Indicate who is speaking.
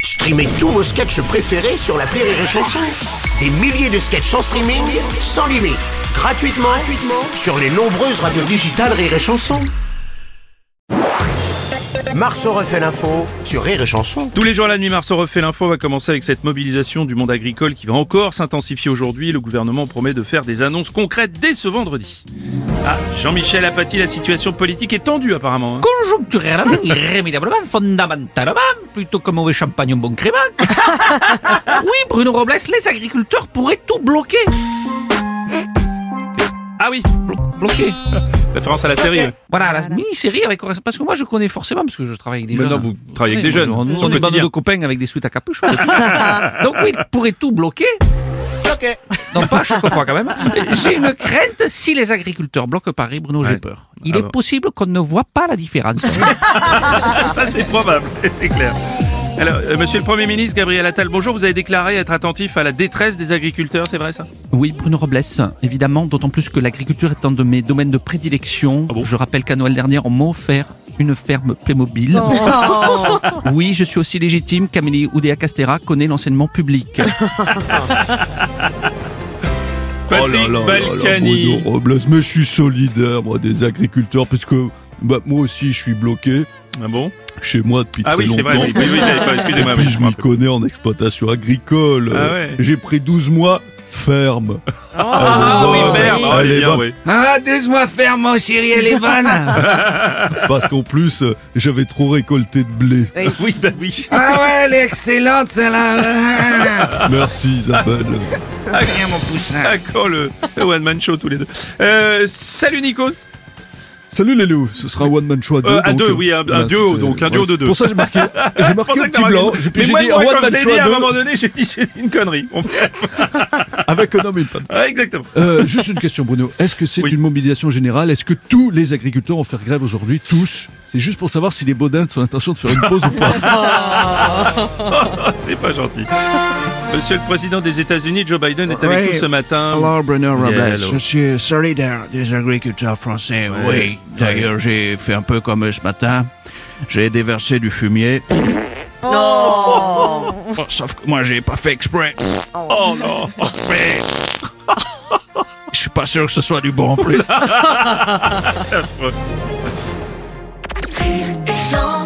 Speaker 1: Streamez tous vos sketchs préférés sur la Rire et Chanson. Des milliers de sketchs en streaming, sans limite, gratuitement, gratuitement sur les nombreuses radios digitales Rire et Chanson. Marceau refait l'info sur Rire et Chanson.
Speaker 2: Tous les jours à la nuit, Marceau refait l'info va commencer avec cette mobilisation du monde agricole qui va encore s'intensifier aujourd'hui. Le gouvernement promet de faire des annonces concrètes dès ce vendredi. Ah, Jean-Michel Apathy, la situation politique est tendue apparemment. hein.
Speaker 3: conjoncturellement, irrémédiablement, fondamentalement, plutôt que mauvais champagne, un bon crément. oui, Bruno Robles, les agriculteurs pourraient tout bloquer.
Speaker 2: Ah oui,
Speaker 3: Blo- bloquer.
Speaker 2: référence à la série. hein.
Speaker 3: Voilà, la mini-série avec parce que moi je connais forcément parce que je travaille avec des
Speaker 2: Mais non,
Speaker 3: jeunes.
Speaker 2: vous travaillez avec
Speaker 3: Oui,
Speaker 2: des jeunes,
Speaker 3: moi, je- Nous,
Speaker 2: sur
Speaker 3: on
Speaker 2: le
Speaker 3: est bande
Speaker 2: quotidien.
Speaker 3: de copains avec des suites à capuche. Donc oui, ils pourraient tout bloquer.
Speaker 1: Ok.
Speaker 3: Non, pas à chaque fois quand même. J'ai une crainte, si les agriculteurs bloquent Paris, Bruno, j'ai
Speaker 2: Ouais.
Speaker 3: peur. Il
Speaker 2: Ah
Speaker 3: est
Speaker 2: bon.
Speaker 3: possible qu'on ne voit pas la différence.
Speaker 2: Ça c'est probable, c'est clair. Alors, euh, monsieur le Premier ministre Gabriel Attal, bonjour, vous avez déclaré être attentif à la détresse des agriculteurs, c'est vrai ça
Speaker 3: Oui, Bruno Robles, évidemment, d'autant plus que l'agriculture est un de mes domaines de prédilection.
Speaker 2: Ah bon
Speaker 3: je rappelle qu'à Noël dernier, on m'a offert une ferme Playmobil. Oui, je suis aussi légitime qu'Amélie Oudéa Castera connaît l'enseignement public.
Speaker 2: Patrick Balkany.
Speaker 4: Bruno Robles, Oh, mais je suis solidaire, moi, des agriculteurs, puisque bah, moi aussi, je suis bloqué
Speaker 2: Ah bon
Speaker 4: chez moi depuis
Speaker 2: Ah
Speaker 4: très
Speaker 2: oui, c'est
Speaker 4: longtemps.
Speaker 2: vrai, oui, oui, oui, j'avais pas-
Speaker 4: Et
Speaker 2: excusez-moi.
Speaker 4: puis,
Speaker 2: oui,
Speaker 4: je
Speaker 2: me
Speaker 4: m'y
Speaker 2: rappelle.
Speaker 4: connais en exploitation agricole.
Speaker 2: Ah
Speaker 4: Euh,
Speaker 2: ouais.
Speaker 4: J'ai pris 12 mois ferme.
Speaker 2: Ah oui,
Speaker 4: bah,
Speaker 2: merde, ah,
Speaker 4: allez,
Speaker 2: bien,
Speaker 4: bah,
Speaker 2: oui.
Speaker 3: Ah, douze-moi ferme, mon chéri, elle est bonne. Ah
Speaker 4: Parce qu'en plus, euh, j'avais trop récolté de blé.
Speaker 2: oui, bah oui.
Speaker 3: ouais, elle est excellente, celle-là.
Speaker 4: Merci, Isabelle.
Speaker 3: Viens, mon poussin.
Speaker 2: Ah, quand le, le one man show tous les deux. Euh, salut Nikos.
Speaker 4: Salut les loups, ce sera un one man show à deux.
Speaker 2: Euh, à
Speaker 4: donc,
Speaker 2: deux,
Speaker 4: euh,
Speaker 2: oui, un- un
Speaker 4: voilà,
Speaker 2: duo,
Speaker 4: c'était-
Speaker 2: donc, un duo de
Speaker 4: c'est
Speaker 2: deux.
Speaker 4: Pour ça, j'ai marqué, j'ai
Speaker 2: Je pensais
Speaker 4: marqué un
Speaker 2: que t'as
Speaker 4: petit blanc.
Speaker 2: marqué-
Speaker 4: J'ai
Speaker 2: Mais
Speaker 4: j'ai
Speaker 2: moi,
Speaker 4: dit un
Speaker 2: moi,
Speaker 4: one
Speaker 2: quand
Speaker 4: man
Speaker 2: je
Speaker 4: show
Speaker 2: l'ai dit, à
Speaker 4: à
Speaker 2: un
Speaker 4: deux
Speaker 2: moment donné, j'ai dit j'ai dit une connerie. On-
Speaker 4: avec un homme et une femme.
Speaker 2: Ah, exactement.
Speaker 4: Euh, juste une question, Bruno. Est-ce que c'est
Speaker 2: Oui.
Speaker 4: une mobilisation générale Est-ce que tous les agriculteurs vont faire grève aujourd'hui Tous C'est juste pour savoir si les Baudins ont l'intention de faire une pause ou pas.
Speaker 2: C'est pas gentil. Monsieur le président des États-Unis, Joe Biden est avec
Speaker 5: Ouais.
Speaker 2: nous ce matin.
Speaker 5: Alors, Bruno Robles,
Speaker 2: Yeah, hello.
Speaker 5: je suis solidaire des agriculteurs français, oui. D'ailleurs, j'ai fait un peu comme eux ce matin. J'ai déversé du fumier. Oh, Sauf que moi, j'ai pas fait exprès.
Speaker 2: Oh non.
Speaker 5: Mais- Je suis pas sûr que ce soit du bon en plus.
Speaker 6: Rire et chanson.